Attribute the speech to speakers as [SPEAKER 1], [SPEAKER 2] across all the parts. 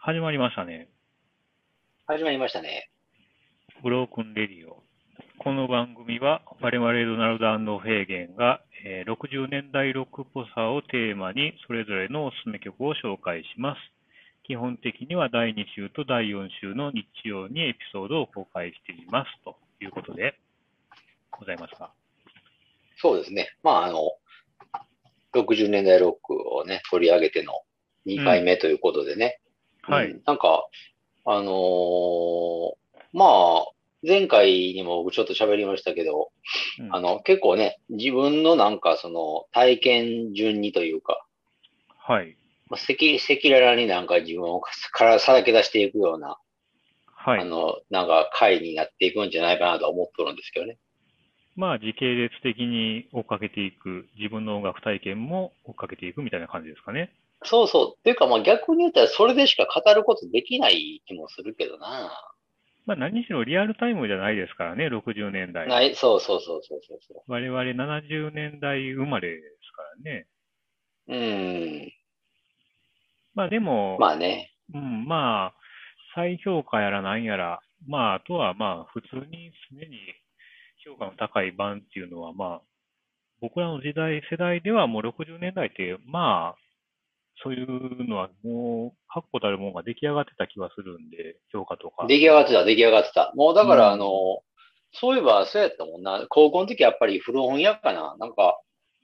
[SPEAKER 1] 始まりましたね。
[SPEAKER 2] 始まりましたね。
[SPEAKER 1] ブロークンレディオ。この番組は我々ドナルドフェーゲンが、えー60年代ロックっぽさをテーマにそれぞれのおすすめ曲を紹介します。基本的には第2週と第4週の日曜にエピソードを公開していますということでございますか。
[SPEAKER 2] そうですね。まあ、あの、60年代ロックをね、取り上げての2回目ということでね。
[SPEAKER 1] はい。
[SPEAKER 2] うんなんか、あのーまあ、前回にも僕ちょっと喋りましたけど、
[SPEAKER 1] うん
[SPEAKER 2] あの、結構ね、自分のなんかその体験順にというか、
[SPEAKER 1] はい。
[SPEAKER 2] まあ赤赤裸々になんか自分をからさらけ出していくような、
[SPEAKER 1] は
[SPEAKER 2] あ
[SPEAKER 1] い。
[SPEAKER 2] の、なんか回になっていくんじゃないかなとは思っとるんですけどね。
[SPEAKER 1] まあ時系列的に追っかけていく、自分の音楽体験も追っかけていくみたいな感じですかね。
[SPEAKER 2] そうそう。っていうか、まあ逆に言ったら、それでしか語ることできない気もするけどな。
[SPEAKER 1] まあ何しろリアルタイムじゃないですからね、60年代。
[SPEAKER 2] ない、そうそうそうそうそうそ
[SPEAKER 1] 我々70年代生まれですからね。
[SPEAKER 2] う。うん。
[SPEAKER 1] まあでも、
[SPEAKER 2] まあね。
[SPEAKER 1] うん、まあ、再評価やらなんやら、まああとはまあ普通に常に評価の高い版っていうのはまあ、僕らの時代、世代ではもう60年代って、まあ、そういうのはもう確固たるものが出来上がってた気はするんで、評価とか。
[SPEAKER 2] 出来上がってた、出来上がってた。もうだか
[SPEAKER 1] うん
[SPEAKER 2] ら、あの、そういえば、そうやったもんな。高校の時やっぱり古本屋かな。なんか、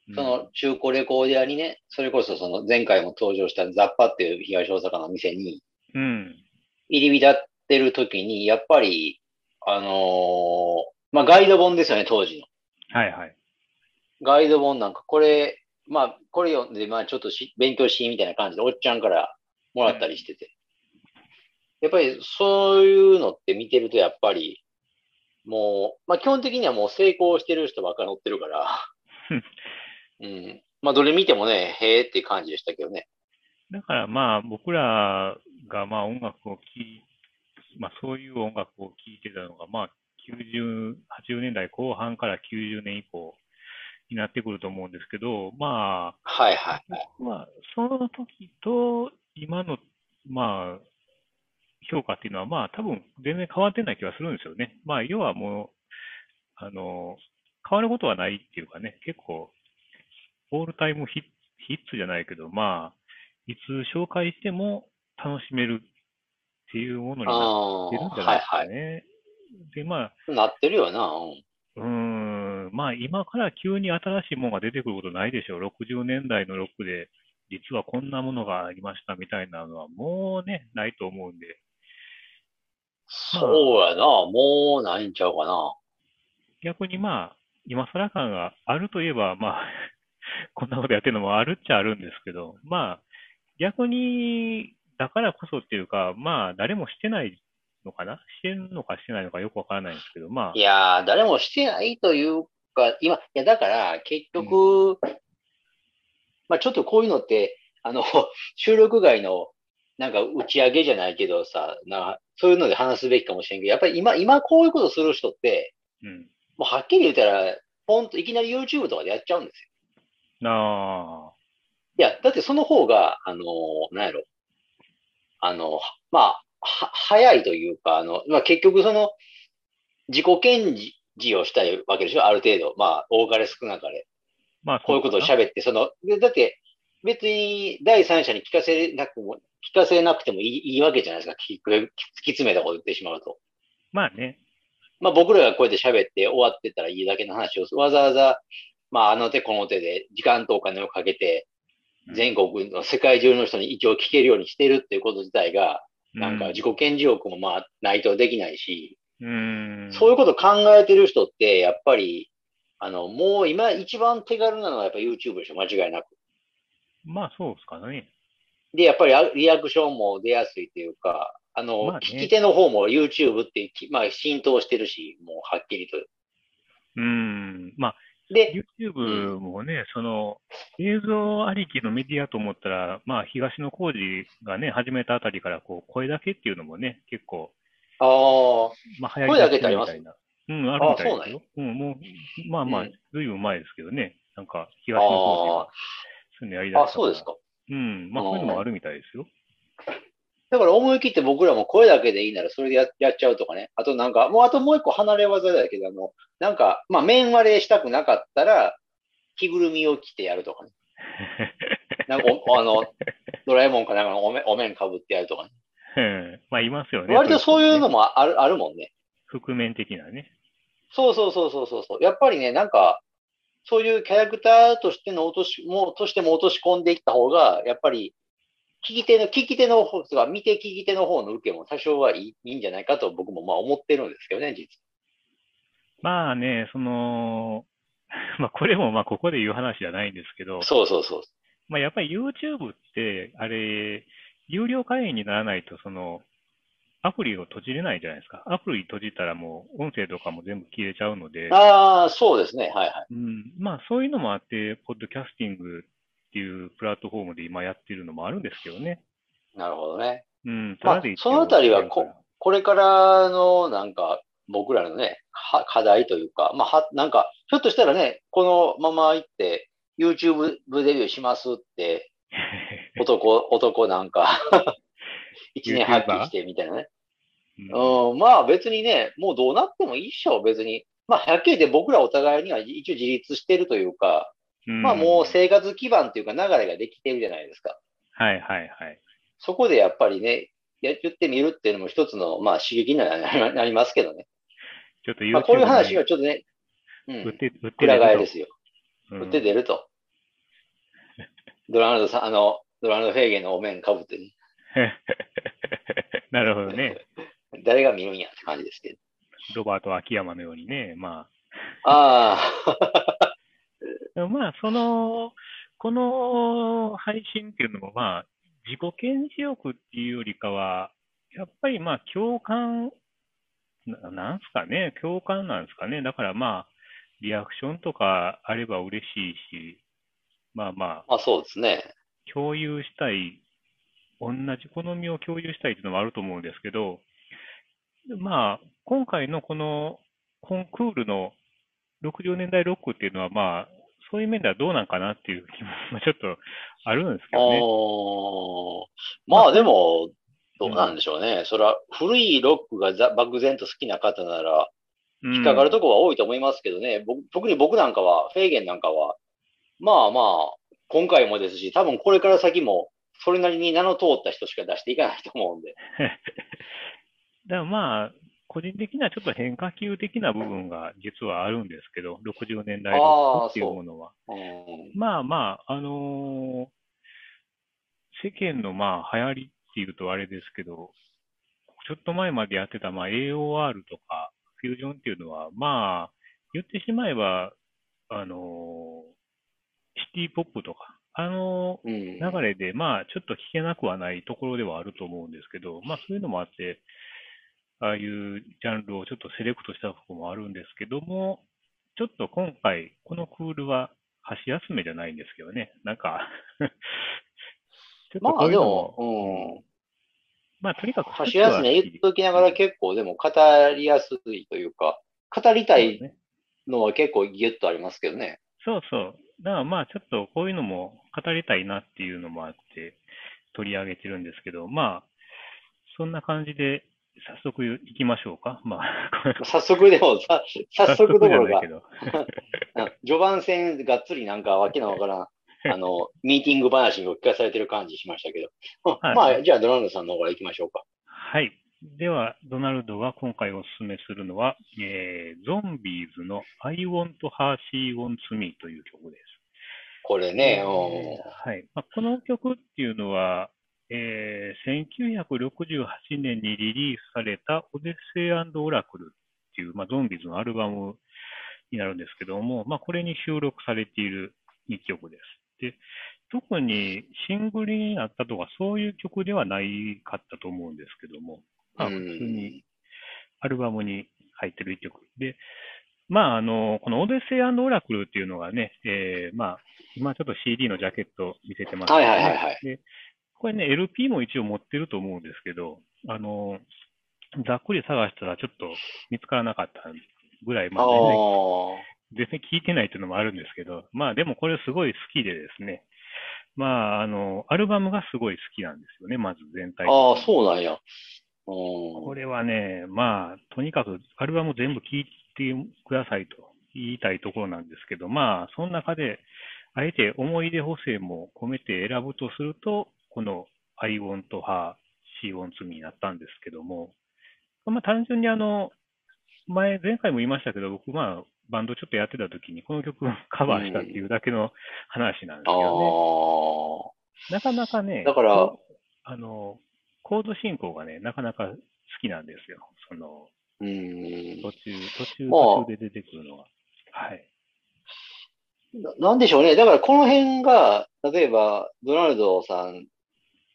[SPEAKER 1] うん
[SPEAKER 2] その中古レコーディアにね、それこそその前回も登場したザッパっていう東大阪の店に
[SPEAKER 1] うん。
[SPEAKER 2] 入り浸ってる時に、やっぱり、あのーまあガイド本ですよね、当時の。
[SPEAKER 1] はいはい。
[SPEAKER 2] ガイド本なんか、これ、まあ、これ読んで、まあ、ちょっとし勉強し、みたいな感じで、おっちゃんからもらったりしてて。やっぱり、そういうのって見てると、やっぱり、もう、まあ、基本的にはもう成功してる人ばっかり乗ってるから、 うん。まあ、どれ見てもね、へえって感じでしたけどね。
[SPEAKER 1] だからまあ僕らがまあ音楽を聴い、まあそういう音楽を聴いてたのがまあ90、80年代後半から90年以降になってくると思うんですけど、ま
[SPEAKER 2] はいはいはい。
[SPEAKER 1] あ、まあその時と今のまあ評価っていうのはまあ多分全然変わってない気がするんですよね。まあ要はもう、あの、変わることはないっていうかね、結構オールタイムヒッヒッツじゃないけど、まあ、いつ紹介しても楽しめるっていうものに
[SPEAKER 2] あ
[SPEAKER 1] な
[SPEAKER 2] あ
[SPEAKER 1] ってるんじ
[SPEAKER 2] ー、
[SPEAKER 1] ゃな
[SPEAKER 2] は
[SPEAKER 1] いいですか
[SPEAKER 2] はい。
[SPEAKER 1] ね。で、まあ、
[SPEAKER 2] なってるよな。うん。
[SPEAKER 1] うーん、まあ今から急に新しいものが出てくることないでしょう。60年代のロックで、実はこんなものがありましたみたいなのはもうね、ないと思うんで。
[SPEAKER 2] そうやな。もうないんちゃうかな。
[SPEAKER 1] 逆にまあ、今更感があるといえば、まあ、 こんなことやってるのもあるっちゃあるんですけど、まあ、逆に、だからこそっていうか、まあ、誰もしてないのかなしてるのかしてないのかよくわからないんですけど、まあ
[SPEAKER 2] い、やー、誰もしてないというか、今、いや、だから、結局、まあ、ちょっとこういうのって、あの、 収録外の、なんか、打ち上げじゃないけどさ、な、そういうので話すべきかもしれんけど、やっぱり今、今こういうことする人って、
[SPEAKER 1] うん。
[SPEAKER 2] もうはっきり言ったら、ポンといきなり YouTube とかでやっちゃうんですよ。
[SPEAKER 1] なあ、
[SPEAKER 2] いや、だってその方が、あの、なんやろ。あの、まあ、は、早いというか、あの、まあ、結局その、自己検事をしたいわけでしょある程度。まあ、多かれ少なかれ。
[SPEAKER 1] まあ、
[SPEAKER 2] こういうことを
[SPEAKER 1] そうか
[SPEAKER 2] 喋って、その、でだって、別に第三者に聞かせなくも、聞かせなくてもいいいいわけじゃないですか。聞く、突き詰めたこと言ってしまうと。
[SPEAKER 1] まあね、
[SPEAKER 2] まあ僕らがこうやって喋って終わってたらいいだけの話を、わざわざ、まああの手この手で時間とお金をかけて
[SPEAKER 1] う、ん
[SPEAKER 2] 全国の世界中の人に一応聞けるようにしてるっていうこと自体が、
[SPEAKER 1] うん
[SPEAKER 2] なんか自己顕示欲もまあないとできないし、
[SPEAKER 1] うーん、
[SPEAKER 2] そういうこと考えてる人って、やっぱり、あの、もう今一番手軽なのはやっぱ YouTube でしょ、間違いなく。
[SPEAKER 1] まあ、そうですかね。
[SPEAKER 2] で、やっぱりあリアクションも出やすいというか、あの、
[SPEAKER 1] まあね
[SPEAKER 2] 聞き手の方も YouTube ってき、まあ浸透してるし、もうはっきりと。
[SPEAKER 1] うーん、まあ、
[SPEAKER 2] で、
[SPEAKER 1] YouTube もね、その映像ありきのメディアと思ったら、まあ、東野幸治がね、始めたあたりから、こう、声だけっていうのもね、結構、
[SPEAKER 2] ああ、
[SPEAKER 1] まあ、流行りだ
[SPEAKER 2] 声だけってあり
[SPEAKER 1] み
[SPEAKER 2] ます
[SPEAKER 1] たいな。うん、あるみたい
[SPEAKER 2] あ
[SPEAKER 1] です
[SPEAKER 2] そう
[SPEAKER 1] よ。うん、もう、まあまあ
[SPEAKER 2] うん、
[SPEAKER 1] ずいぶん前ですけどね、なんか、東野幸治が、そういうのやりだした
[SPEAKER 2] あ、そうですか。
[SPEAKER 1] うん、まあ、そういうのもあるみたいですよ。
[SPEAKER 2] だから思い切って僕らも声だけでいいならそれでややっちゃうとかね。あとなんか、もうあともう一個離れ技だけど、あの、なんか、まあ面割れしたくなかったら、着ぐるみを着てやるとか ね。なんかお、あの、ドラえもんかなんかのお面お面かぶってやるとかね。
[SPEAKER 1] うん。まあ、いますよね。
[SPEAKER 2] 割とそういうの
[SPEAKER 1] も。
[SPEAKER 2] もあるあるもんね。
[SPEAKER 1] 覆面的なね。
[SPEAKER 2] そうそうそうそうそうそう。やっぱりね、なんか、そういうキャラクターとしての落とし、もう、としても落とし込んでいった方が、やっぱり、聞き手の、聞き手の方とか、見て聞き手の方の受けも多少はいいいいんじゃないかと僕もまあ思ってるんですけどね、実
[SPEAKER 1] まあね、その、まあ、これもまあ、ここで言う話じゃないんですけど
[SPEAKER 2] は。、そうそうそう。
[SPEAKER 1] まあ、やっぱり YouTube って、あれ、有料会員にならないと、その、アプリを閉じれないじゃないですか。アプリ閉じたらもう、音声とかも全部消えちゃうので、
[SPEAKER 2] ああ、そうですね。はいは
[SPEAKER 1] う
[SPEAKER 2] い。
[SPEAKER 1] ん、まあ、そういうのもあって、ポッドキャスティングっていうプラットフォームで今やってるのもあるんですけどね。
[SPEAKER 2] なるほどね。
[SPEAKER 1] うん、
[SPEAKER 2] ま
[SPEAKER 1] た
[SPEAKER 2] あ
[SPEAKER 1] だで一応
[SPEAKER 2] そのあたりはこ
[SPEAKER 1] やるから
[SPEAKER 2] これからのなんか僕らのね、は課題というか、まあ、はなんか、ひょっとしたらね、このまま行って、YouTube デビューします って、男、男なんか、一年発揮してみたいなね。
[SPEAKER 1] うん
[SPEAKER 2] うん、まあ別にね、もうどうなってもいいっしょ、別に。まあ、はっきり言って僕らお互いには一応自立してるというか、
[SPEAKER 1] うん
[SPEAKER 2] まあもう生活基盤というか流れができてるじゃないですか。
[SPEAKER 1] はいはいはい。
[SPEAKER 2] そこでやっぱりね、や言ってみるっていうのも一つの、まあ、刺激にはななり ますけどね。
[SPEAKER 1] ちょっと
[SPEAKER 2] まあ、こういう話は
[SPEAKER 1] は
[SPEAKER 2] ちょっとね、う
[SPEAKER 1] 売っ
[SPEAKER 2] ん、
[SPEAKER 1] て、売って
[SPEAKER 2] 裏
[SPEAKER 1] 出
[SPEAKER 2] 返
[SPEAKER 1] ると
[SPEAKER 2] りですよ。
[SPEAKER 1] うん
[SPEAKER 2] 売って出ると。ドナルドさん、あの、ドナルド・フェーゲンのお面かぶってね、
[SPEAKER 1] なるほどね。
[SPEAKER 2] 誰が見るんやって感じですけど。
[SPEAKER 1] ロバート秋山のようにね。ま
[SPEAKER 2] ああ、
[SPEAKER 1] あ、でもまあ、その、この配信っていうのも、まあ、自己顕示欲っていうよりかは、やっぱりまあ、共感、ななんすかね、共感なんですかね。だからまあ、リアクションとかあれば嬉しいし、まあまあ、
[SPEAKER 2] まあそうですね。
[SPEAKER 1] 共有したい、同じ好みを共有したいっていうのもあると思うんですけど、まあ、今回のこのコンクールの60年代ロックっていうのは、まあ、そういう面ではどうなんかなっていう気もまあちょっとあるんですけどね。
[SPEAKER 2] おーまあでも、どうなんでしょうね。それは古いロックがざ漠然と好きな方なら、引っかかると
[SPEAKER 1] こ、
[SPEAKER 2] こは多いと思いますけどね、僕特に僕なんかは、フェーゲンなんかは、まあまあ、今回もですし、多分これから先も、それなりに名の通った人しか出していかないと思うんで、
[SPEAKER 1] だからまあ、個人的にはちょっと変化球的な部分が実はあるんですけど、60年代ロックっていうものは。
[SPEAKER 2] うん、
[SPEAKER 1] まあまあ、あのー世間のまあ流行りっていうとあれですけど、ちょっと前までやってたまあ AOR とかフュージョンっていうのは、まあ、言ってしまえば、あのーシティポップとか、あの
[SPEAKER 2] う
[SPEAKER 1] 流
[SPEAKER 2] ん
[SPEAKER 1] れで、まあ、ちょっと聞けなくはないところではあると思うんですけど、まあ、そういうのもあって、ああいうジャンルをちょっとセレクトしたところもあるんですけども、ちょっと今回、このクールは箸休めじゃないんですけどね、なんか、 ちょっと
[SPEAKER 2] ま
[SPEAKER 1] こ
[SPEAKER 2] あ
[SPEAKER 1] うい
[SPEAKER 2] で
[SPEAKER 1] うの
[SPEAKER 2] も
[SPEAKER 1] も、、
[SPEAKER 2] うん、
[SPEAKER 1] まあ、とにかく、
[SPEAKER 2] 箸休め言っときながら結構でも語りやすいというか、語りたい
[SPEAKER 1] ね。
[SPEAKER 2] のは結構ギュッとありますけ どね。
[SPEAKER 1] そうそう。だからまあ、ちょっとこういうのも語りたいなっていうのもあって、取り上げてるんですけど、まあ、そんな感じで、早速行きましょうか。まあ、
[SPEAKER 2] 早速でも、さ早速どころ
[SPEAKER 1] じゃないけ、
[SPEAKER 2] か
[SPEAKER 1] ど。
[SPEAKER 2] うん序盤戦がっつりなんかわけのわから ん、あの、ミーティング話を聞かされてる感じしましたけど。
[SPEAKER 1] はい
[SPEAKER 2] まあ、じゃあドラムさんの方から行きましょうか。
[SPEAKER 1] はい。では、ドナルドが今回お勧めするのは、えー、ゾンビーズの I Want Her, She Wants Me という曲です。
[SPEAKER 2] これね、う
[SPEAKER 1] はいまあ、この曲っていうのは、えー1968年にリリースされたオデッセイオラクルっていう、まあ、ゾンビズのアルバムになるんですけども、まあ、これに収録されている1曲です。で特にシングルになったとかそういう曲ではないかったと思うんですけども、まあ、
[SPEAKER 2] う
[SPEAKER 1] 普
[SPEAKER 2] ん
[SPEAKER 1] 通にアルバムに入ってる1曲。で、まあ、あの、このオデッセイオラクルっていうのがね、えーまあ、今ちょっと CD のジャケット見せてますけど
[SPEAKER 2] は
[SPEAKER 1] ね
[SPEAKER 2] いはいはいはい
[SPEAKER 1] で、これね、LP も一応持ってると思うんですけど、あの、ざっくり探したらちょっと見つからなかったぐらい、
[SPEAKER 2] ん。
[SPEAKER 1] ま
[SPEAKER 2] あ
[SPEAKER 1] あ、全然
[SPEAKER 2] あ。
[SPEAKER 1] 全然聞いてないっていうのもあるんですけど、まあでもこれすごい好きでですね、まあ、あの、アルバムがすごい好きなんですよね、まず全体的に
[SPEAKER 2] ああ、そうなんや。う
[SPEAKER 1] こ
[SPEAKER 2] ん。
[SPEAKER 1] れはね、まあ、とにかくアルバム全部聴いてくださいと言いたいところなんですけど、まあ、その中で、あえて思い出補正も込めて選ぶとすると、この I want her, she wants me になったんですけども、まあ、単純にあの、前、前回も言いましたけど、僕、まあ、バンドちょっとやってた時に、この曲をカバーしたっていうだけの話なんです
[SPEAKER 2] ああ
[SPEAKER 1] よね。なかなかね、
[SPEAKER 2] だから
[SPEAKER 1] こうあの、コード進行がね、なかなか好きなんですよ。その、
[SPEAKER 2] ー。うん
[SPEAKER 1] 途中、途中、
[SPEAKER 2] まあ
[SPEAKER 1] 途中で出てくるのが。はい。
[SPEAKER 2] な。なんでしょうね。だからこの辺が、例えば、ドナルドさん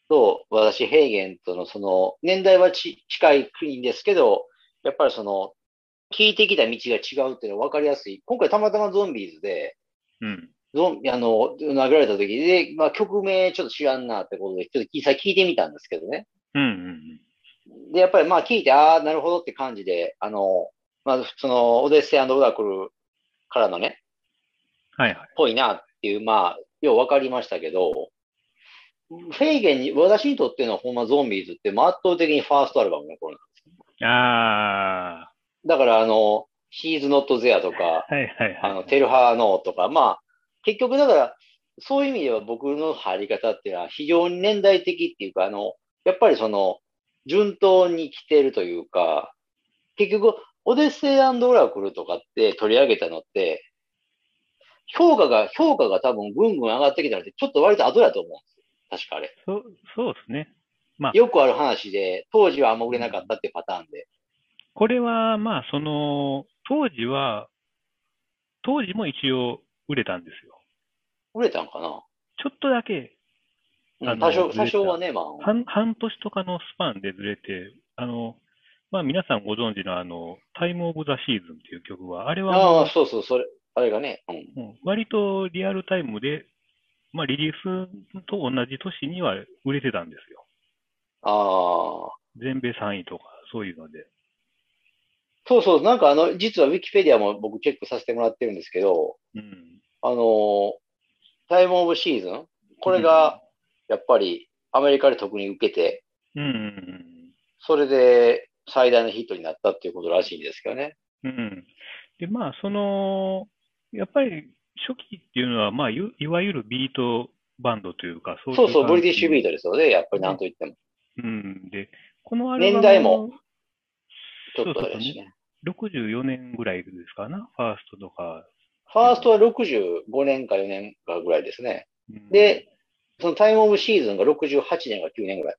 [SPEAKER 2] と私、ヘーゲンとのその、年代はち近い国ですけど、やっぱりその、聞いてきた道が違うっていうのは分かりやすい。今回たまたまゾンビーズで、
[SPEAKER 1] うん。
[SPEAKER 2] ゾンビ、あの、殴られた時で、まあ曲名ちょっと知らんなってことで、ちょっと実際聞いてみたんですけどね。
[SPEAKER 1] うんうんうん。
[SPEAKER 2] で、やっぱりまあ聞いて、ああ、なるほどって感じで、あの、まあその、オデッセイオラクルからのね、
[SPEAKER 1] はいはい。
[SPEAKER 2] ぽいなっていう、まあ、よう分かりましたけど、フェイゲンに、私にとってのほんまゾンビーズって、まあ圧倒的にファーストアルバムの頃なんですよ。
[SPEAKER 1] あ
[SPEAKER 2] だから、あの、She's Not There とか、
[SPEAKER 1] あ、はいはい
[SPEAKER 2] あ
[SPEAKER 1] は
[SPEAKER 2] の、
[SPEAKER 1] い。
[SPEAKER 2] テルハーノーとか、まあ、結局だから、そういう意味では僕の入り方っていうのは非常に年代的っていうか、あの、やっぱりその、順当に来てるというか、結局、オデッセイオラクルとかって取り上げたのって、評価が、評価が多分ぐんぐん上がってきたのって、ちょっと割と後だと思うんですよ。確かあれ。
[SPEAKER 1] そう、そうですね。
[SPEAKER 2] よくある話で、当時はあんま売れなかったってパターンで。
[SPEAKER 1] これは、まあ、その、当時は、当時も一応売れたんですよ。
[SPEAKER 2] 売れたんかな
[SPEAKER 1] ちょっとだけ、
[SPEAKER 2] うん
[SPEAKER 1] あの
[SPEAKER 2] 多少、
[SPEAKER 1] 売れた
[SPEAKER 2] 多少はね、まあ。
[SPEAKER 1] 半、半年とかのスパンでずれて、あの、まあ皆さんご存知のあの、タイムオブザシーズンっていう曲は、あれは
[SPEAKER 2] ああ、そうそう、それ、あれがね、うん。
[SPEAKER 1] うん割とリアルタイムで、まあ、リリースと同じ年には売れてたんですよ。
[SPEAKER 2] ああ。
[SPEAKER 1] 全米3位とか、そういうので。
[SPEAKER 2] そうそう、なんかあの、実はウィキペディアも僕チェックさせてもらってるんですけど、
[SPEAKER 1] うん。
[SPEAKER 2] あのータイムオブシーズン、これがやっぱりアメリカで特に受けて、
[SPEAKER 1] うんうん
[SPEAKER 2] それで最大のヒットになったっていうことらしいんですけどね。
[SPEAKER 1] うん。うん。で、まあ、その、やっぱり初期っていうのは、まあ、ゆいわゆるビートバンドというか、そういう
[SPEAKER 2] そうそう、ブリティッシュビー
[SPEAKER 1] ト。
[SPEAKER 2] トですよね、やっぱりなんといっても。
[SPEAKER 1] うん。で、このアルバム
[SPEAKER 2] 年代もちょっとあれだしね。
[SPEAKER 1] 64年ぐらいですかな、ファーストとか。
[SPEAKER 2] ファーストは65年か4年かぐらいですね。
[SPEAKER 1] うん
[SPEAKER 2] で、そのタイムオブシーズンが68年か9年ぐらい。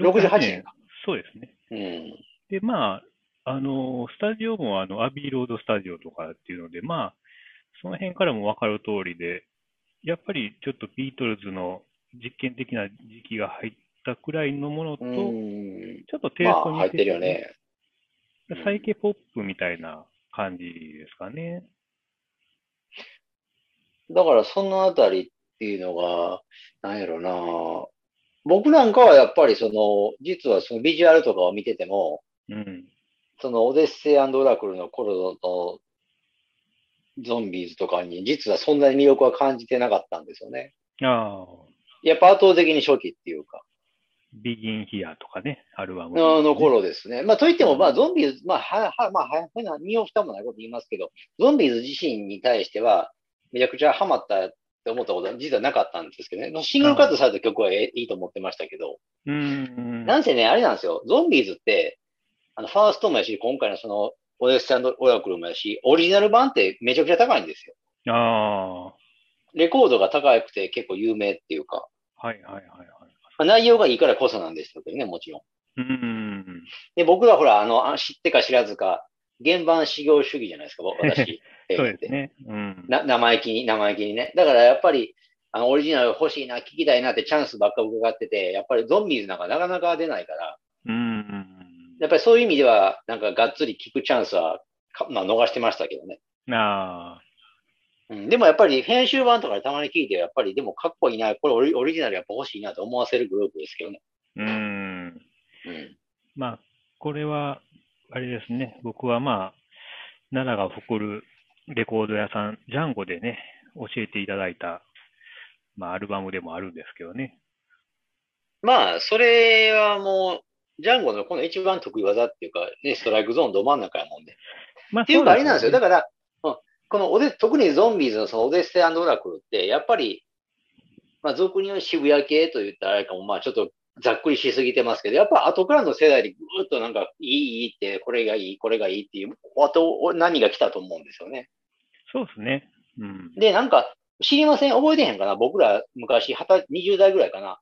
[SPEAKER 2] 68年か。
[SPEAKER 1] そうですね。
[SPEAKER 2] うん。
[SPEAKER 1] で、まあ、あの、スタジオもあの、アビーロードスタジオとかっていうので、まあ、その辺からもわかる通りで、やっぱりちょっとビートルズの実験的な時期が入ったくらいのものと、
[SPEAKER 2] う
[SPEAKER 1] ちょ
[SPEAKER 2] ん。
[SPEAKER 1] っとテイ
[SPEAKER 2] ま
[SPEAKER 1] スト
[SPEAKER 2] あ、
[SPEAKER 1] に
[SPEAKER 2] 入ってるよね。
[SPEAKER 1] サイケポップみたいな感じですかね。
[SPEAKER 2] だからそのあたりっていうのが、なんやろな。僕なんかはやっぱりその、実はそのビジュアルとかを見てても、
[SPEAKER 1] うん。
[SPEAKER 2] そのオデッセイオラクルの頃のゾンビーズとかに、実はそんなに魅力は感じてなかったんですよね。
[SPEAKER 1] ああ、
[SPEAKER 2] やっぱ圧倒的に初期っていうか、
[SPEAKER 1] ビギンヒアとかね、アルバム。
[SPEAKER 2] のの頃ですね。まあといっても、
[SPEAKER 1] うん
[SPEAKER 2] まあゾンビーズ、まあ、は、は、まあ、は、変な、身を蓋もないこと言いますけど、ゾンビーズ自身に対しては、めちゃくちゃハマったって思ったことは実はなかったんですけどね。シングルカットされた曲はえいいと思ってましたけど、
[SPEAKER 1] うんうん。
[SPEAKER 2] なんせね、あれなんですよ。ゾンビーズって、あの、ファーストもやし、今回のその、オデッセイオラクルもやし、オリジナル版ってめちゃくちゃ高いんですよ。
[SPEAKER 1] あ
[SPEAKER 2] レコードが高くて結構有名っていうか、
[SPEAKER 1] あ、はいはいはいはい。
[SPEAKER 2] まあ内容がいいからこそなんですけどね、もちろん。
[SPEAKER 1] うん。
[SPEAKER 2] で、僕らほら、あの、あ知ってか知らずか、原版修行主義じゃないですか、僕 私。
[SPEAKER 1] そうです
[SPEAKER 2] えー
[SPEAKER 1] ね。うん。
[SPEAKER 2] な生意気に、生意気にね。だからやっぱり、あの、オリジナル欲しいな、聞きたいなってチャンスばっか伺ってて、やっぱりゾンビーズなんかなかなか出ないから、
[SPEAKER 1] うんうん。
[SPEAKER 2] やっぱりそういう意味では、なんかがっつり聞くチャンスはか、まあ逃してましたけどね。
[SPEAKER 1] ああ、
[SPEAKER 2] うん、でもやっぱり編集版とかでたまに聞いて、やっぱりでもかっこいいな、これオリオリジナルやっぱ欲しいなと思わせるグループですけどね。
[SPEAKER 1] うん。
[SPEAKER 2] うん。
[SPEAKER 1] まあ、これは、あれですね、僕はまあ、奈良が誇るレコード屋さん、ジャンゴでね、教えていただいた、まあ、アルバムでもあるんですけどね。
[SPEAKER 2] まあ、それはもう、ジャンゴのこの一番得意技っていうか、ね、ストライクゾーンど真ん中やもんで。
[SPEAKER 1] まあ、
[SPEAKER 2] っていうか、あれなんですよ。だ
[SPEAKER 1] か
[SPEAKER 2] から、うんこのオデ特にゾンビーズのそのオデッセイオラクルって、やっぱり、まあ、俗に言う渋谷系と言ったらあれかも、まあ、ちょっとざっくりしすぎてますけど、やっぱ後からの世代にぐーっとなんか、いい、いいって、これがいい、これがいいっていう、あと、波が来たと思うんですよね。
[SPEAKER 1] そうですね。うん。
[SPEAKER 2] で、なんか、知りません覚えてへんかな僕ら昔、はた20代ぐらいかな。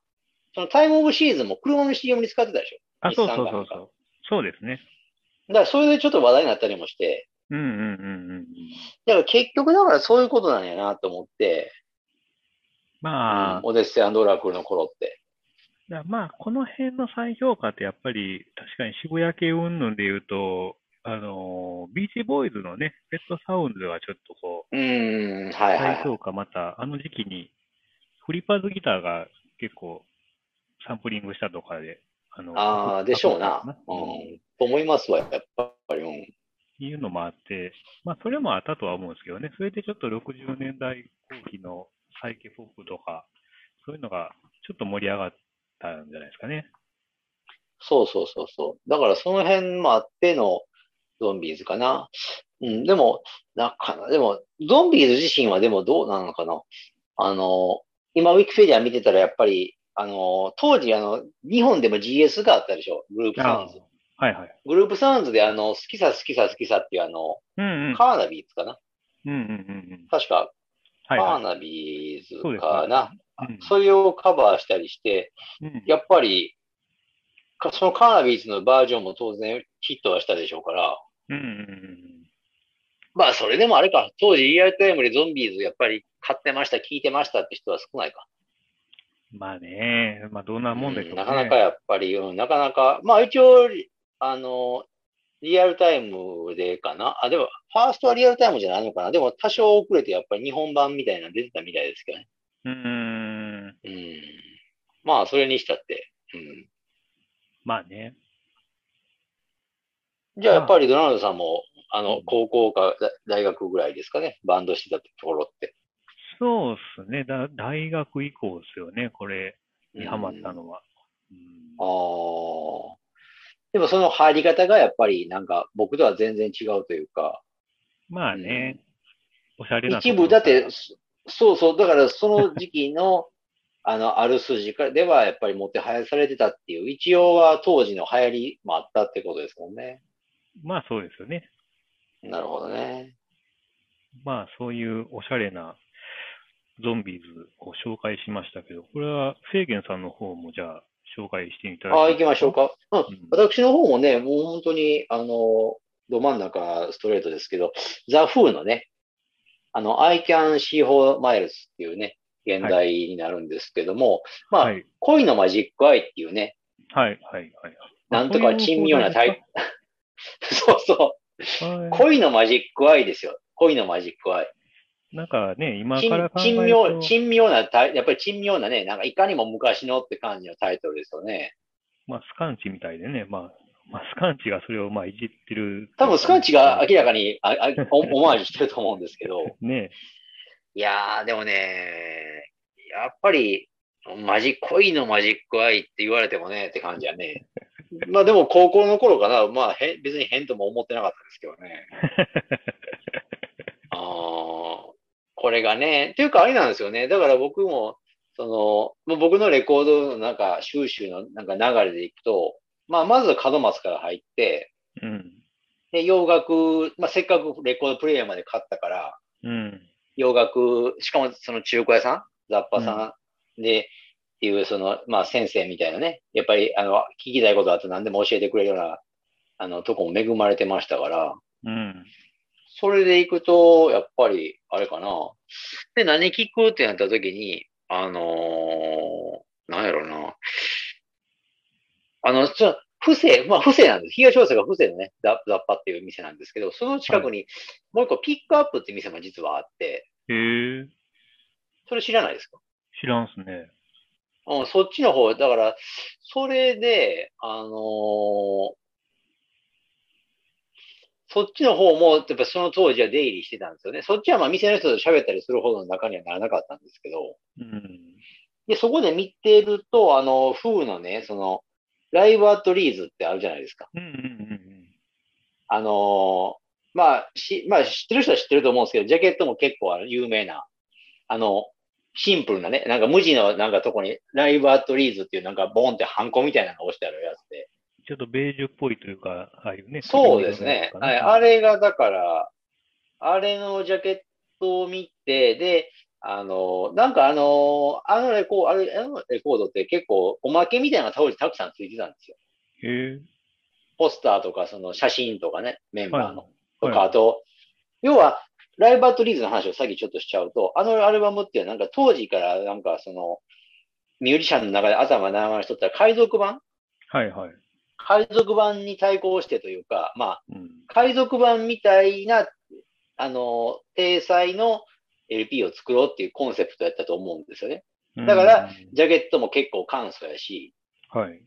[SPEAKER 2] そのタイムオブシーズンも車の CM に使ってたでし
[SPEAKER 1] あ、
[SPEAKER 2] 日
[SPEAKER 1] そう
[SPEAKER 2] 産
[SPEAKER 1] そうそ
[SPEAKER 2] かな
[SPEAKER 1] うん
[SPEAKER 2] か
[SPEAKER 1] そう。そうですね。
[SPEAKER 2] ょ。だからそれでちょっと話題になったりもして、
[SPEAKER 1] うんうんうんうん。
[SPEAKER 2] だから結局だからそういうことなんやなと思って、
[SPEAKER 1] まあ、
[SPEAKER 2] オデッセイオラクルの頃って。
[SPEAKER 1] だからまあ、この辺の再評価ってやっぱり、確かに渋谷系云々で言うと、あのービーチボーイズのね、ペットサウンズはちょっとこ
[SPEAKER 2] うー
[SPEAKER 1] う、
[SPEAKER 2] ん、はいはい、
[SPEAKER 1] 再
[SPEAKER 2] はい。
[SPEAKER 1] 評価また、あの時期に、フリッパーズギターが結構、サンプリングしたとかで、あの、
[SPEAKER 2] ああ、でしょうな。う
[SPEAKER 1] うん
[SPEAKER 2] ん、と思いますわ、やっぱり。うん
[SPEAKER 1] いうのもあって、まあ、それもあったとは思うんですけどね、それでちょっと60年代後期のサイケポップとか、そういうのがちょっと盛り上がったんじゃないですかね。
[SPEAKER 2] そうそうそうそう。だからその辺もあってのゾンビーズかな。うん、でも、なかな、でも、ゾンビーズ自身はでもどうなのかな。あの、今、ウィキペディア見てたらやっぱり、あの、当時、あの、日本でも GS があったでしょ、グループサウンズ。
[SPEAKER 1] はいはい。
[SPEAKER 2] グループサウンズで、あの、好きさ好きさ好きさっていうあの、
[SPEAKER 1] うんうん。
[SPEAKER 2] カーナビーズかな
[SPEAKER 1] うんうんうんうん。
[SPEAKER 2] 確か、
[SPEAKER 1] はい
[SPEAKER 2] カ
[SPEAKER 1] は
[SPEAKER 2] ーナビーズ
[SPEAKER 1] そうです
[SPEAKER 2] かな。
[SPEAKER 1] い。
[SPEAKER 2] それをカバーしたりして、
[SPEAKER 1] うんうん
[SPEAKER 2] やっぱり、かそのカーナビーズのバージョンも当然ヒットはしたでしょうから、
[SPEAKER 1] うんうんうん
[SPEAKER 2] まあそれでもあれか、当時リアルタイムでゾンビーズやっぱり買ってました、聞いてましたって人は少ないか。
[SPEAKER 1] まあね、まあどんなもんでしょう
[SPEAKER 2] うん
[SPEAKER 1] ね。
[SPEAKER 2] なかなかやっぱり、うんなかなか、まあ一応、あの、リアルタイムでかな。あ、でも、ファーストはリアルタイムじゃないのかな。でも多少遅れてやっぱり日本版みたいなの出てたみたいですけどね。
[SPEAKER 1] うーん。
[SPEAKER 2] うんまあ、それにしたって。うん
[SPEAKER 1] まあね。
[SPEAKER 2] じゃあ、
[SPEAKER 1] まあ
[SPEAKER 2] やっぱりドナルドさんも、あ
[SPEAKER 1] う
[SPEAKER 2] の
[SPEAKER 1] ん、
[SPEAKER 2] 高校かだ大学ぐらいですかね、バンドしてたところって。
[SPEAKER 1] そうっすね。だ大学以降ですよね、これにハマった
[SPEAKER 2] うん
[SPEAKER 1] のは。うん
[SPEAKER 2] ああ。でも、その入り方がやっぱり、なんか、僕とは全然違うというか、
[SPEAKER 1] まあね、おしゃれなとこ
[SPEAKER 2] 一
[SPEAKER 1] ろ
[SPEAKER 2] 部、だって
[SPEAKER 1] から、
[SPEAKER 2] そそうそう、だから、その時期の、あの、ある筋からでは、やっぱりもてはやされてたっていう、一応は当時の流行りもあったってことですもんね。
[SPEAKER 1] まあそうですよね。
[SPEAKER 2] なるほどね。
[SPEAKER 1] まあそういうおしゃれなゾンビーズを紹介しましたけど、これはフェーゲンさんの方もじゃあ紹介してみたら
[SPEAKER 2] ああ、行きましょう。か。うん
[SPEAKER 1] ん。
[SPEAKER 2] 私の方もね、もう本当に、あの、ど真ん中ストレートですけど、ザ・フーのね、あの、I can see for miles っていうね、現代になるんですけども、まあ、
[SPEAKER 1] はい。
[SPEAKER 2] 恋のマジックアイっていうね、
[SPEAKER 1] はい、はい、はい。
[SPEAKER 2] なんとか珍妙なタイプ。そうそ
[SPEAKER 1] プ。は
[SPEAKER 2] う。
[SPEAKER 1] い
[SPEAKER 2] 恋のマジックアイですよ。恋のマジックアイ。
[SPEAKER 1] なんかね、今
[SPEAKER 2] 珍
[SPEAKER 1] から考え
[SPEAKER 2] 珍
[SPEAKER 1] る
[SPEAKER 2] 妙、
[SPEAKER 1] と、
[SPEAKER 2] 珍妙なタイ、やっぱり珍妙なね、なんかいかにも昔のって感じのタイトルですよね。
[SPEAKER 1] まあ、スカンチみたいでね、まあ、まあ、スカンチがそれをまあいじってる。
[SPEAKER 2] 多分スカンチが明らかにああオ オマージュしてると思うんですけど。
[SPEAKER 1] ね、
[SPEAKER 2] いやー、でもね、やっぱり、マジ、恋のマジックアイって言われてもね、って感じやね。まあでも高校の頃かな、まあへ別に変とも思ってなかったですけどね。あーこれがね、っていうかあれなんですよね。だから僕も、その、まあ僕のレコードのなんか収集のなんか流れでいくと、まあまず門松から入って、
[SPEAKER 1] うん、
[SPEAKER 2] で、洋楽、まあせっかくレコードプレイヤーまで買ったから、
[SPEAKER 1] うん、
[SPEAKER 2] 洋楽、しかもその中古屋さん、雑貨さんで、っていう、その、まあ先生みたいなね、やっぱり、あの、聞きたいことあって何でも教えてくれるような、あの、とこも恵まれてましたから、
[SPEAKER 1] うん。
[SPEAKER 2] それで行くと、やっぱり、あれかな。で、何聞くってなった時に、あのーなんやろな。あの、ちょ、不正、まあ、不正なんです。東大阪不正のね、雑雑貨っていう店なんですけど、その近くに、もう一個ピックアップって店も実はあって、
[SPEAKER 1] へえ、
[SPEAKER 2] それ知らないですか
[SPEAKER 1] 知らんっすね。
[SPEAKER 2] うん、そっちの方、だから、それで、あのーそっちの方も、やっぱその当時は出入りしてたんですよね。そっちはまあ店の人と喋ったりするほどの中にはならなかったんですけど、
[SPEAKER 1] うん。
[SPEAKER 2] で、そこで見てると、あの、フーのね、その、ライブアットリーズってあるじゃないですか。
[SPEAKER 1] うんうんうん
[SPEAKER 2] あのーまあ、し、まあ知ってる人は知ってると思うんですけど、ジャケットも結構あの有名な、あの、シンプルなね、なんか無地のなんかとこに、ライブアットリーズっていうなんかボンってハンコみたいなのが落ちてあるやつで。
[SPEAKER 1] ちょっとベージュっぽいというか、ああいうね。
[SPEAKER 2] そうですね。
[SPEAKER 1] 黒い色のやつ
[SPEAKER 2] はい。
[SPEAKER 1] かな
[SPEAKER 2] あれが、だから、あれのジャケットを見て、で、あの、なんかあの、あのレコード、あれ、あのレコードって結構おまけみたいなのが当時たくさんついてたんですよ。
[SPEAKER 1] へ
[SPEAKER 2] ポスターとか、その写真とかね、メン
[SPEAKER 1] え。
[SPEAKER 2] バーの。
[SPEAKER 1] はい
[SPEAKER 2] とか、あと、要は、ライブアットリーズの話をさっきちょっとしちゃうと、あのアルバムっていうのはなんか当時からなんかその、ミュージシャンの中で頭が回しとった海賊版
[SPEAKER 1] はいはい。
[SPEAKER 2] 海賊版に対抗してというか、まあ、
[SPEAKER 1] うん。
[SPEAKER 2] 海賊版みたいな、あの、体裁の LP を作ろうっていうコンセプトやったと思うんですよね。だからジャケットも結構簡素やし、
[SPEAKER 1] うん、はい。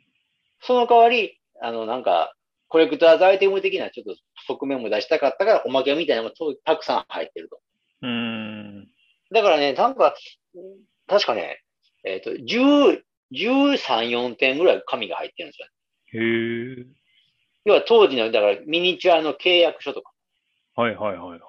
[SPEAKER 2] その代わり、あの、なんか、コレクターズアイテム的なちょっと側面も出したかったから、おまけみたいなのもとたくさん入ってると。
[SPEAKER 1] うーん。
[SPEAKER 2] だからね、なんか、確かね、えっ、と、10、13、4点ぐらい紙が入ってるんですよ。
[SPEAKER 1] へえ。
[SPEAKER 2] 要は当時の、だからミニチュアの契約書とか、
[SPEAKER 1] はいはいはいはい。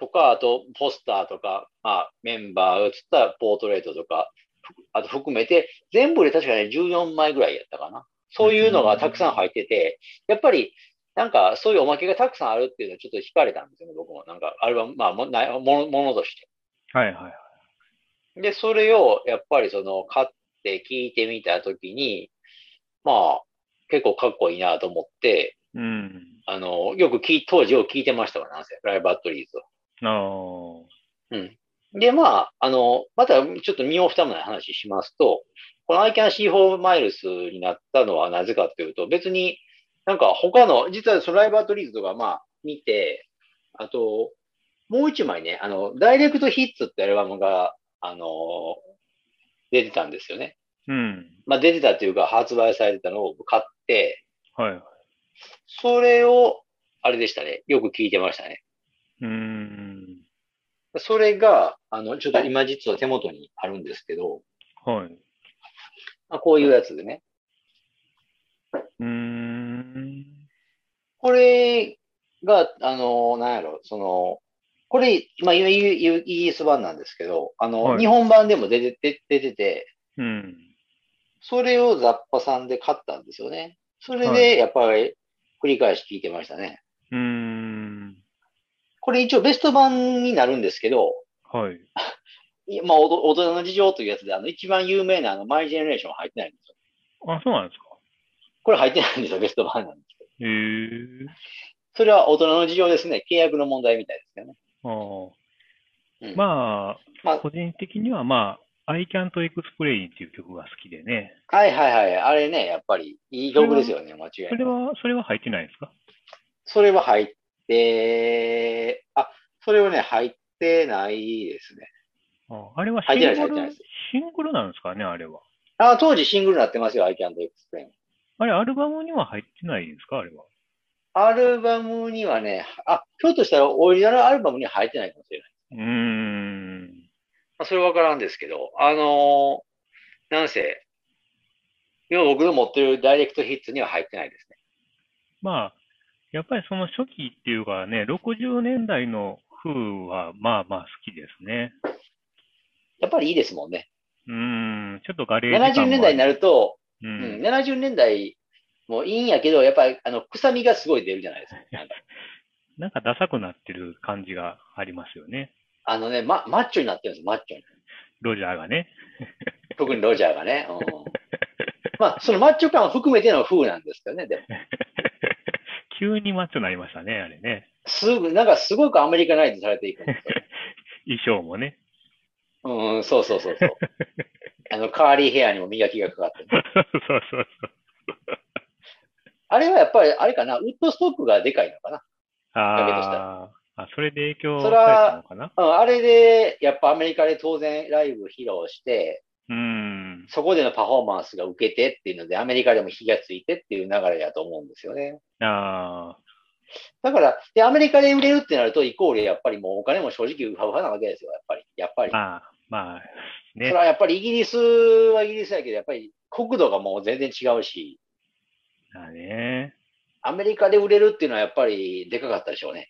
[SPEAKER 2] とか、あとポスターとか、まあ、メンバーが写ったポートレートとか、ふあと含めて、全部で確かね、14枚ぐらいやったかな。そういうのがたくさん入ってて、やっぱり、なんか、そういうおまけがたくさんあるっていうのはちょっと惹かれたんですよね、僕も。なんか、アルバム、まあ、もなものものとして。
[SPEAKER 1] はいはいはい。
[SPEAKER 2] で、それをやっぱりその買って聞いてみたときに、まあ、結構かっこいいなと思って、
[SPEAKER 1] うん。
[SPEAKER 2] あの、よく聞い当時を聞いてましたわ、なんせ、ライブアットリーズを。
[SPEAKER 1] ああ。
[SPEAKER 2] うん。で、まあ、あの、またちょっと身を蓋もない話しますと、この I can see for miles になったのはなぜかというと、別になんか他の、実はそのライブアートリーズとかまあ見て、あと、もう一枚ね、あの、ダイレクトヒッツってアルバムが、あの、出てたんですよね。
[SPEAKER 1] うん。
[SPEAKER 2] まあ出てたというか発売されてたのを買って、
[SPEAKER 1] はいはい。
[SPEAKER 2] それを、あれでしたね。よく聞いてましたね。
[SPEAKER 1] うーん。
[SPEAKER 2] それが、あの、ちょっと今実は手元にあるんですけど、
[SPEAKER 1] はい。う
[SPEAKER 2] まあ、こういうやつでね。
[SPEAKER 1] ーん。
[SPEAKER 2] これが、あの、なんやろ、その、これ、まあ、今イギイギリス版なんですけど、あの、
[SPEAKER 1] はい
[SPEAKER 2] 日本版でも出て出出てて、
[SPEAKER 1] うん。
[SPEAKER 2] それを雑把さんで買ったんですよね。それ
[SPEAKER 1] は
[SPEAKER 2] で、やっぱり、繰り返し聞いてましたね。
[SPEAKER 1] うーん。
[SPEAKER 2] これ一応ベスト版になるんですけど、
[SPEAKER 1] はい。
[SPEAKER 2] いまあ、おど大人の事情というやつで、あの、一番有名なあの、マイジェネレーション入ってないんですよ。
[SPEAKER 1] あ、そうなんですか。
[SPEAKER 2] これ入ってないんですよ、ベスト版なんですけど。
[SPEAKER 1] へえ。
[SPEAKER 2] それは大人の事情ですね。契約の問題みたいですけどね。
[SPEAKER 1] ああ。
[SPEAKER 2] うん、
[SPEAKER 1] ま
[SPEAKER 2] ま
[SPEAKER 1] あ、
[SPEAKER 2] あ
[SPEAKER 1] 個人的にはまあ、I can't explain っていう曲が好きでね。
[SPEAKER 2] はいはいはい。あれね、やっぱり、いい曲ですよね、間違いなく。
[SPEAKER 1] それは、それは入ってないですか
[SPEAKER 2] それは入って、あ、それはね、入ってないですね。
[SPEAKER 1] ああれはシ
[SPEAKER 2] 入ってない
[SPEAKER 1] ン
[SPEAKER 2] です
[SPEAKER 1] グ
[SPEAKER 2] 入ってない
[SPEAKER 1] ル
[SPEAKER 2] です、
[SPEAKER 1] シングルなんですかね、あれは。
[SPEAKER 2] あ、当時シングルになってますよ、I can't explain.
[SPEAKER 1] あれ、アルバムには入ってないんですかあれは。
[SPEAKER 2] アルバムにはね、あ、ひょっとしたらオリジナルアルバムには入ってないかもしれない。
[SPEAKER 1] うーん。
[SPEAKER 2] まあ、それわからんですけど、あのーなんせ、今僕の持ってるダイレクトヒッツには入ってないですね。
[SPEAKER 1] まあ、やっぱりその初期っていうかね、60年代の風はまあまあ好きですね。
[SPEAKER 2] やっぱりいいですもんね。
[SPEAKER 1] うーん、ちょっとガレージ感もあ
[SPEAKER 2] 70年代にな
[SPEAKER 1] る。
[SPEAKER 2] ると、
[SPEAKER 1] う。
[SPEAKER 2] うんん、70年代もいいんやけど、やっぱりあの臭みがすごい出るじゃないですか。なんか
[SPEAKER 1] なんかダサくなってる感じがありますよね。
[SPEAKER 2] あのね、ま、マッチョになってるんですよ、マッチョに。
[SPEAKER 1] ロジャーがね。
[SPEAKER 2] 特にロジャーが ね。うん、まあ、そのマッチョ感を含めての風なんですけどね、でも。
[SPEAKER 1] 急にマッチョになりましたね、あれね。
[SPEAKER 2] すぐ、なんかすごくアメリカナイズされていくんですよ。
[SPEAKER 1] 衣装もね。
[SPEAKER 2] うん、そうそうそう そう。あの、カーリーヘアにも磨きがかかってる。
[SPEAKER 1] そうそうそう。
[SPEAKER 2] あれはやっぱり、あれかな、ウッドストックがでかいのかな。だけど
[SPEAKER 1] あーあ、それで影響さ
[SPEAKER 2] それ
[SPEAKER 1] れ
[SPEAKER 2] は
[SPEAKER 1] たのかな
[SPEAKER 2] うん、あれで、やっぱアメリカで当然ライブ披露して、
[SPEAKER 1] うーん。
[SPEAKER 2] そこでのパフォーマンスが受けてっていうので、アメリカでも火がついてっていう流れだと思うんですよね。
[SPEAKER 1] ああ、
[SPEAKER 2] だから、で、アメリカで売れるってなると、イコールやっぱりもうお金も正直ウハウハなわけですよ、やっぱり。やっぱり。
[SPEAKER 1] まあ、まあ、
[SPEAKER 2] そ
[SPEAKER 1] ね
[SPEAKER 2] れ。はやっぱりイギリスはイギリスやけど、やっぱり国土がもう全然違うし、
[SPEAKER 1] まあね。
[SPEAKER 2] アメリカで売れるっていうのはやっぱりでかかったでしょうね。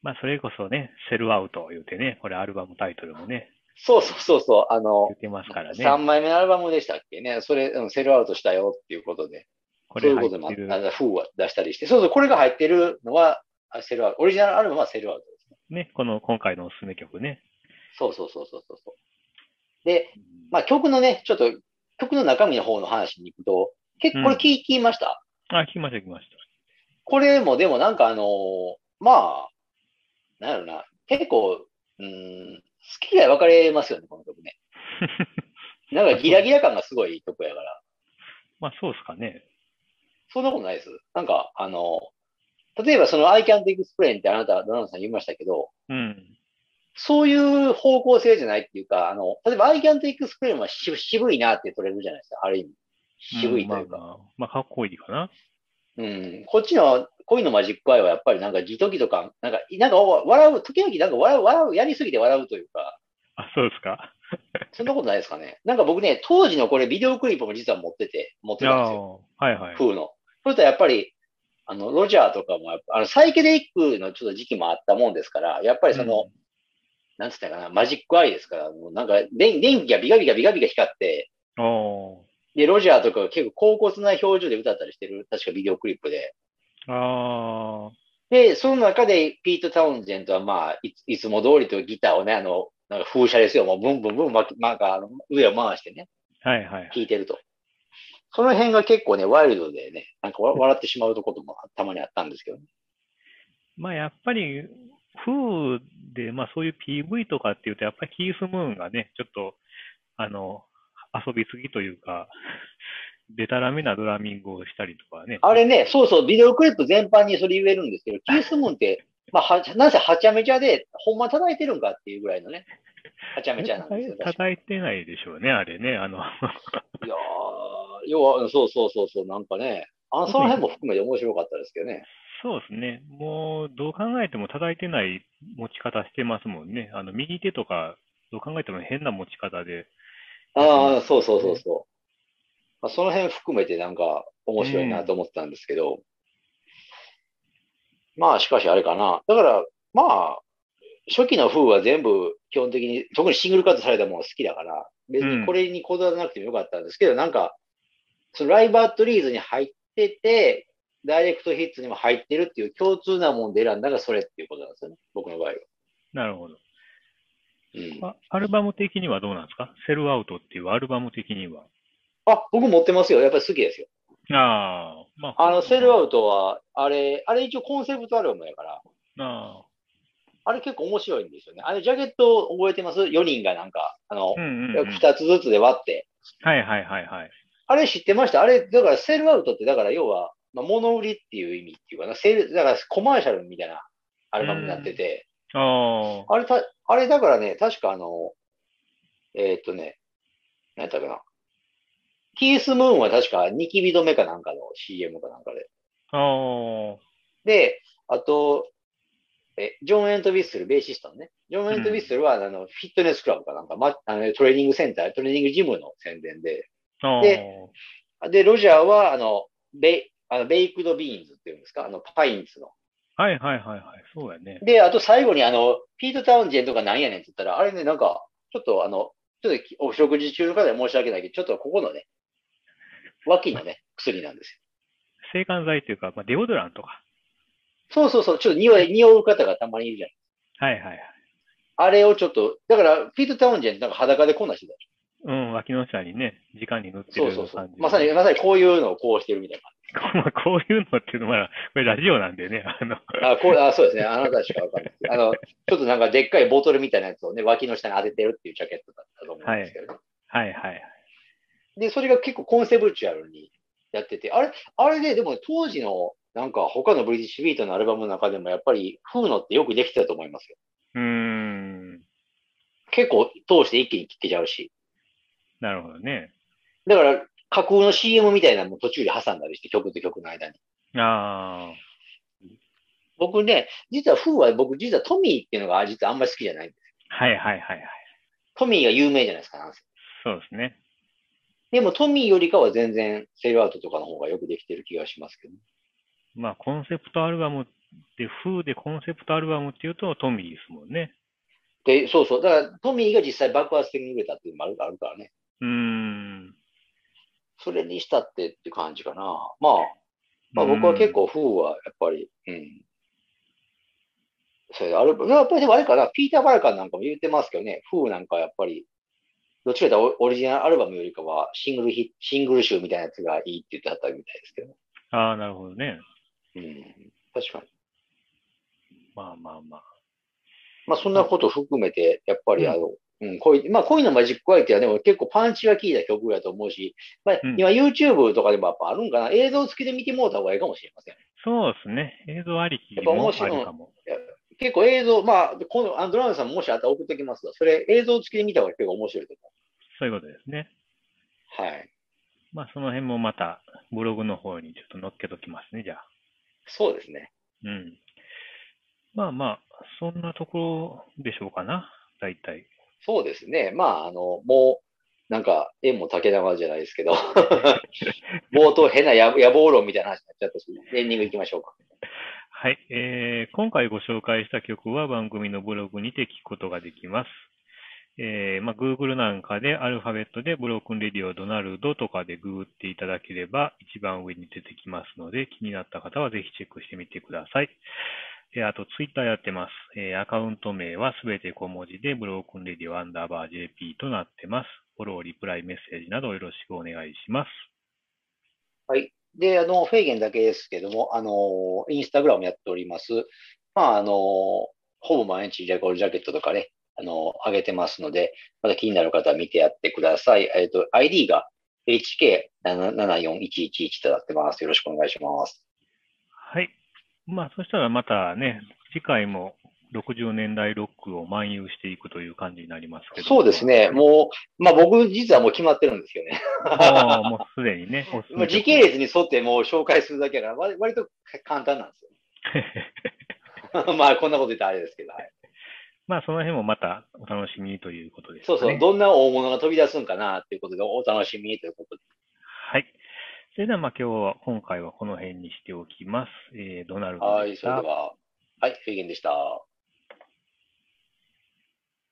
[SPEAKER 1] まあ、それこそね、セルアウト言うてね、これアルバムタイトルもね、
[SPEAKER 2] そうそうそうそう、あの
[SPEAKER 1] 言、ってますから
[SPEAKER 2] 3
[SPEAKER 1] ね。
[SPEAKER 2] 枚目のアルバムでしたっけね。それ、うんセルアウトしたよっていうことで。
[SPEAKER 1] こ
[SPEAKER 2] そう
[SPEAKER 1] れ
[SPEAKER 2] いうこ
[SPEAKER 1] 入
[SPEAKER 2] ともあ
[SPEAKER 1] っ
[SPEAKER 2] ってて、
[SPEAKER 1] る
[SPEAKER 2] あ。のフーは出したりして。そうそう、これが入ってるのは、あセルアウト。オリジナルアルバムはセルアウトです。
[SPEAKER 1] ね、この今回のおすすめ曲ね。
[SPEAKER 2] そうそうそうそうそうそう。で、まあ曲のね、ちょっと、曲の中身の方の話に行くと、結
[SPEAKER 1] うん
[SPEAKER 2] 構これ聞きました、
[SPEAKER 1] あ、聞きました、聞きました。
[SPEAKER 2] これもでもなんかあのーまあ、なんやろな、結構、うーん、好き嫌い分かれますよね、この曲ね。なんかギラギラ感がすごい曲やから。
[SPEAKER 1] まあ、そうですかね。
[SPEAKER 2] そんなことないです。なんか、あのー例えばその I can't explain ってあなた、ドナルドさん言いましたけど、
[SPEAKER 1] うん。
[SPEAKER 2] そういう方向性じゃないっていうか、あの、例えば I can't explain はし渋いなって取れるじゃないですか、ある意味。渋いというか。
[SPEAKER 1] まあまあ、まあ、かっこいいかな。
[SPEAKER 2] うん、こっちの恋のマジックアイはやっぱりなんかギトギト感、なんか、なんか笑う、時々なんか笑う、笑う、やりすぎて笑うというか、
[SPEAKER 1] あ、そうですか。
[SPEAKER 2] そんなことないですかね。なんか僕ね、当時のこれビデオクリップも実は持ってて、持って
[SPEAKER 1] あ
[SPEAKER 2] たんです
[SPEAKER 1] あ
[SPEAKER 2] よ、
[SPEAKER 1] はいはい。
[SPEAKER 2] 風の。それとやっぱり、あの、ロジャーとかもやっぱ、あの、サイケデリックのちょっと時期もあったもんですから、やっぱりその、なんつったかな、マジックアイですから、もうなんか電、電気がビカビカビカビカ光って、
[SPEAKER 1] うん、お
[SPEAKER 2] で、ロジャーとかが結構高骨な表情で歌ったりしてる、確かビデオクリップで。
[SPEAKER 1] ーああ、
[SPEAKER 2] で、その中で、ピート・タウンジェントは、まあ、いついつも通りとギターをね、あの、なんか風車ですよ。もう、ブンブンブン巻き、なんか、あの上を回してね、
[SPEAKER 1] はいはい。
[SPEAKER 2] 弾いてると。その辺が結構ね、ワイルドでね、なんかわ笑ってしまうとこともたまにあったんですけど、ね、
[SPEAKER 1] まあ、やっぱり、フーで、まあ、そういう PV とかっていうと、やっぱりキース・ムーンがね、ちょっと、あの、遊びすぎというか、でたらめなドラミングをしたりとかね。
[SPEAKER 2] あれね、そうそう、ビデオクリップ全般にそれ言えるんですけど、キースムーンって、まあ、はなぜはちゃめちゃで、ほんま叩いてるんかっていうぐらいのね、はちゃめちゃなんですよ。確か
[SPEAKER 1] 叩いてないでしょうね、あれね。あの、
[SPEAKER 2] いやー、要は、そうそうそうそう、なんかね、あその辺も含めて面白かったですけどね。
[SPEAKER 1] そうですね。もう、どう考えても叩いてない持ち方してますもんね。あの、右手とか、どう考えても変な持ち方で。
[SPEAKER 2] ああ、そうそうそうそう。まあ、その辺含めてなんか面白いなと思ってたんですけど、まあしかしあれかな。だからまあ、初期の風は全部基本的に、特にシングルカットされたもの好きだから、別にこれにこだわらなくてもよかったんですけど、なんか、そのライブアットリーズに入ってて、ダイレクトヒッツにも入ってるっていう共通なもんで選んだがそれっていうことなんですよね。僕の場合は。
[SPEAKER 1] なるほど。
[SPEAKER 2] うん、
[SPEAKER 1] あアルバム的にはどうなんですかセルアウトっていうアルバム的には。
[SPEAKER 2] あ、僕持ってますよ。やっぱり好きですよ。
[SPEAKER 1] ああ、まあ。
[SPEAKER 2] あの、セルアウトは、あれ、あれ一応コンセプトアルバムやから、
[SPEAKER 1] あ
[SPEAKER 2] あれ結構面白いんですよね。あれ、ジャケット覚えてます ?4 人がなんか、あの
[SPEAKER 1] あ、う、んうん、うん。
[SPEAKER 2] 2つずつで割って。
[SPEAKER 1] はいはいはいはい。
[SPEAKER 2] あれ知ってましたあれ、だからセルアウトって、だから要は、まあ、物売りっていう意味っていうかな、セール、だからコマーシャルみたいなアルバムになってて、
[SPEAKER 1] ああ、
[SPEAKER 2] あれた、あれだからね、確かあの、えーっとね、何やったかな。キースムーンは確かニキビ止めかなんかの CM かなんかで。
[SPEAKER 1] ああ、
[SPEAKER 2] で、あと、え、ジョン・エント・ウィッスル、ベーシストのね。ジョン・エント・ウィッスルは、あの、フィットネスクラブかなんか、ま、あのトレーニングセンター、トレーニングジムの宣伝で。
[SPEAKER 1] ああ、
[SPEAKER 2] でで、ロジャーは、あの、ベあのベイクドビーンズっていうんですかあの、パインズの。
[SPEAKER 1] はいはいはいはい。そうやね。
[SPEAKER 2] で、あと最後に、あの、ピート・タウンジェントがなんやねんって言ったら、あれね、なんか、ちょっとあの、ちょっとお食事中の方で申し訳ないけど、ちょっとここのね、脇のね、薬なんですよ。
[SPEAKER 1] 制汗剤というか、まあ、デオドランとか。
[SPEAKER 2] そうそうそう、ちょっと匂い、匂う方がたまにいるじゃん。
[SPEAKER 1] はいはいはい。
[SPEAKER 2] あれをちょっと、だから、ピート・タウンジェントなんか裸でこんなんしてた
[SPEAKER 1] うん、脇の下にね、直に塗って
[SPEAKER 2] そう
[SPEAKER 1] る
[SPEAKER 2] そ
[SPEAKER 1] 感
[SPEAKER 2] う
[SPEAKER 1] じ。
[SPEAKER 2] そう。まさに、まさにこういうのをこうしてるみたい
[SPEAKER 1] まあ、こういう のっていうのは、これラジオなんでね、 あの、
[SPEAKER 2] な。あ、こう、あ、そうですね。あなたしかわかんないです。あの、ちょっとなんかでっかいボトルみたいなやつをね、脇の下に当ててるっていうジャケットだったと思うんですけど、
[SPEAKER 1] はいはい。
[SPEAKER 2] で、それが結構コンセプチュアルにやってて、あれ、あれで、でも当時の、なんか他のブリティッシュビートのアルバムの中でもやっぱり、フーノってよくできてたと思いますよ。
[SPEAKER 1] うーん、
[SPEAKER 2] 結構通して一気に聴けちゃうし。
[SPEAKER 1] なるほどね。
[SPEAKER 2] だから、架空の CM みたいなのも途中で挟んだりして、曲と曲の間に。
[SPEAKER 1] あ
[SPEAKER 2] 僕ね、実はフーは僕実はトミーっていうのが実はあんまり好きじゃないんです。
[SPEAKER 1] はいはいはいはい。
[SPEAKER 2] トミーが有名じゃないですか、なんせ
[SPEAKER 1] そうですね。
[SPEAKER 2] でもトミーよりかは全然セールアウトとかの方がよくできてる気がしますけど。
[SPEAKER 1] まあ、コンセプトアルバムで、風でコンセプトアルバムっていうとトミーですもんね。
[SPEAKER 2] で、そうそう。だからトミーが実際爆発的に売れたっていうのもあるあるからね。
[SPEAKER 1] うーん。
[SPEAKER 2] それにしたってっていう感じかな。まあ、まあ僕は結構フーはやっぱり、うん。それあれ、やっぱりでもあれかな、ピーター・バルカンなんかも言ってますけどね、フーなんかやっぱり、どっちかというとオリジナルアルバムよりかはシングルヒシングル集みたいなやつがいいって言ってはったみたいですけど。
[SPEAKER 1] うん。ああ、なるほどね。
[SPEAKER 2] うん。確かに。
[SPEAKER 1] まあまあまあ。
[SPEAKER 2] まあそんなこと含めて、やっぱりあの、うん、こういう、まあ恋のマジック相手はでも結構パンチが効いた曲やと思うし、まあ
[SPEAKER 1] うん
[SPEAKER 2] 今 YouTube とかでもやっぱあるんかな、映像付きで見てもうた方がいいかもしれません。
[SPEAKER 1] そうですね。映像ありき
[SPEAKER 2] やっぱ
[SPEAKER 1] も
[SPEAKER 2] 面
[SPEAKER 1] あ
[SPEAKER 2] 白い
[SPEAKER 1] るかも。
[SPEAKER 2] 結構映像、まあ、このアンドラムさんもしあったら送っておきますが、それ映像付きで見た方が結構面白いと
[SPEAKER 1] そういうことですね。
[SPEAKER 2] 思う。はい。
[SPEAKER 1] まあ、その辺もまたブログの方にちょっと載っけときますね、じゃあ。
[SPEAKER 2] そうですね。
[SPEAKER 1] うん。まあまあ、そんなところでしょうかな、大体。
[SPEAKER 2] そうですね。まあ、あの、もう、なんか、縁も竹玉じゃないですけど、冒頭変な野野望論みたいな話になっちゃったし、エンディング行きましょうか。
[SPEAKER 1] はい、えー今回ご紹介した曲は番組のブログにて聞くことができます。えーまあ、Google なんかでアルファベットでブロークンレディオドナルドとかでググっていただければ一番上に出てきますので気になった方はぜひチェックしてみてください。えーあと、ツイッターやってます。えーアカウント名はすべて小文字でブロークンレディオアンダーバー JP となってます。フォロー、リプライ、メッセージなどよろしくお願いします。
[SPEAKER 2] で、あの、フェーゲンだけですけども、あの、インスタグラムやっております。まあ、あの、ほぼ毎日レコールジャケットとかね、あの、上げてますので、また気になる方は見てやってください。えっ、と、ID が HK74111 となってます。よろしくお願いします。
[SPEAKER 1] はい。まあ、そしたらまたね、次回も60年代ロックを漫遊していくという感じになりますけど。
[SPEAKER 2] そうですね。もう、まあ僕実はもう決まってるんですよね。
[SPEAKER 1] も う、もうすでにね、おすす
[SPEAKER 2] まあ
[SPEAKER 1] め
[SPEAKER 2] 時系列に沿ってもう紹介するだけだから、割割と簡単なんです よ。まあこんなこと言ったらあれですけど、はい
[SPEAKER 1] まあ、その辺もまたお楽しみにということです、
[SPEAKER 2] そ
[SPEAKER 1] ね。
[SPEAKER 2] うそう、どんな大物が飛び出すんかなっていうことでお楽しみにということで
[SPEAKER 1] はい。それでは、まあ、今日は、今回はこの辺にしておきます。えー、ドナルド
[SPEAKER 2] は
[SPEAKER 1] で
[SPEAKER 2] い、
[SPEAKER 1] し
[SPEAKER 2] それ
[SPEAKER 1] た
[SPEAKER 2] で。は、はい、フェーゲンでした。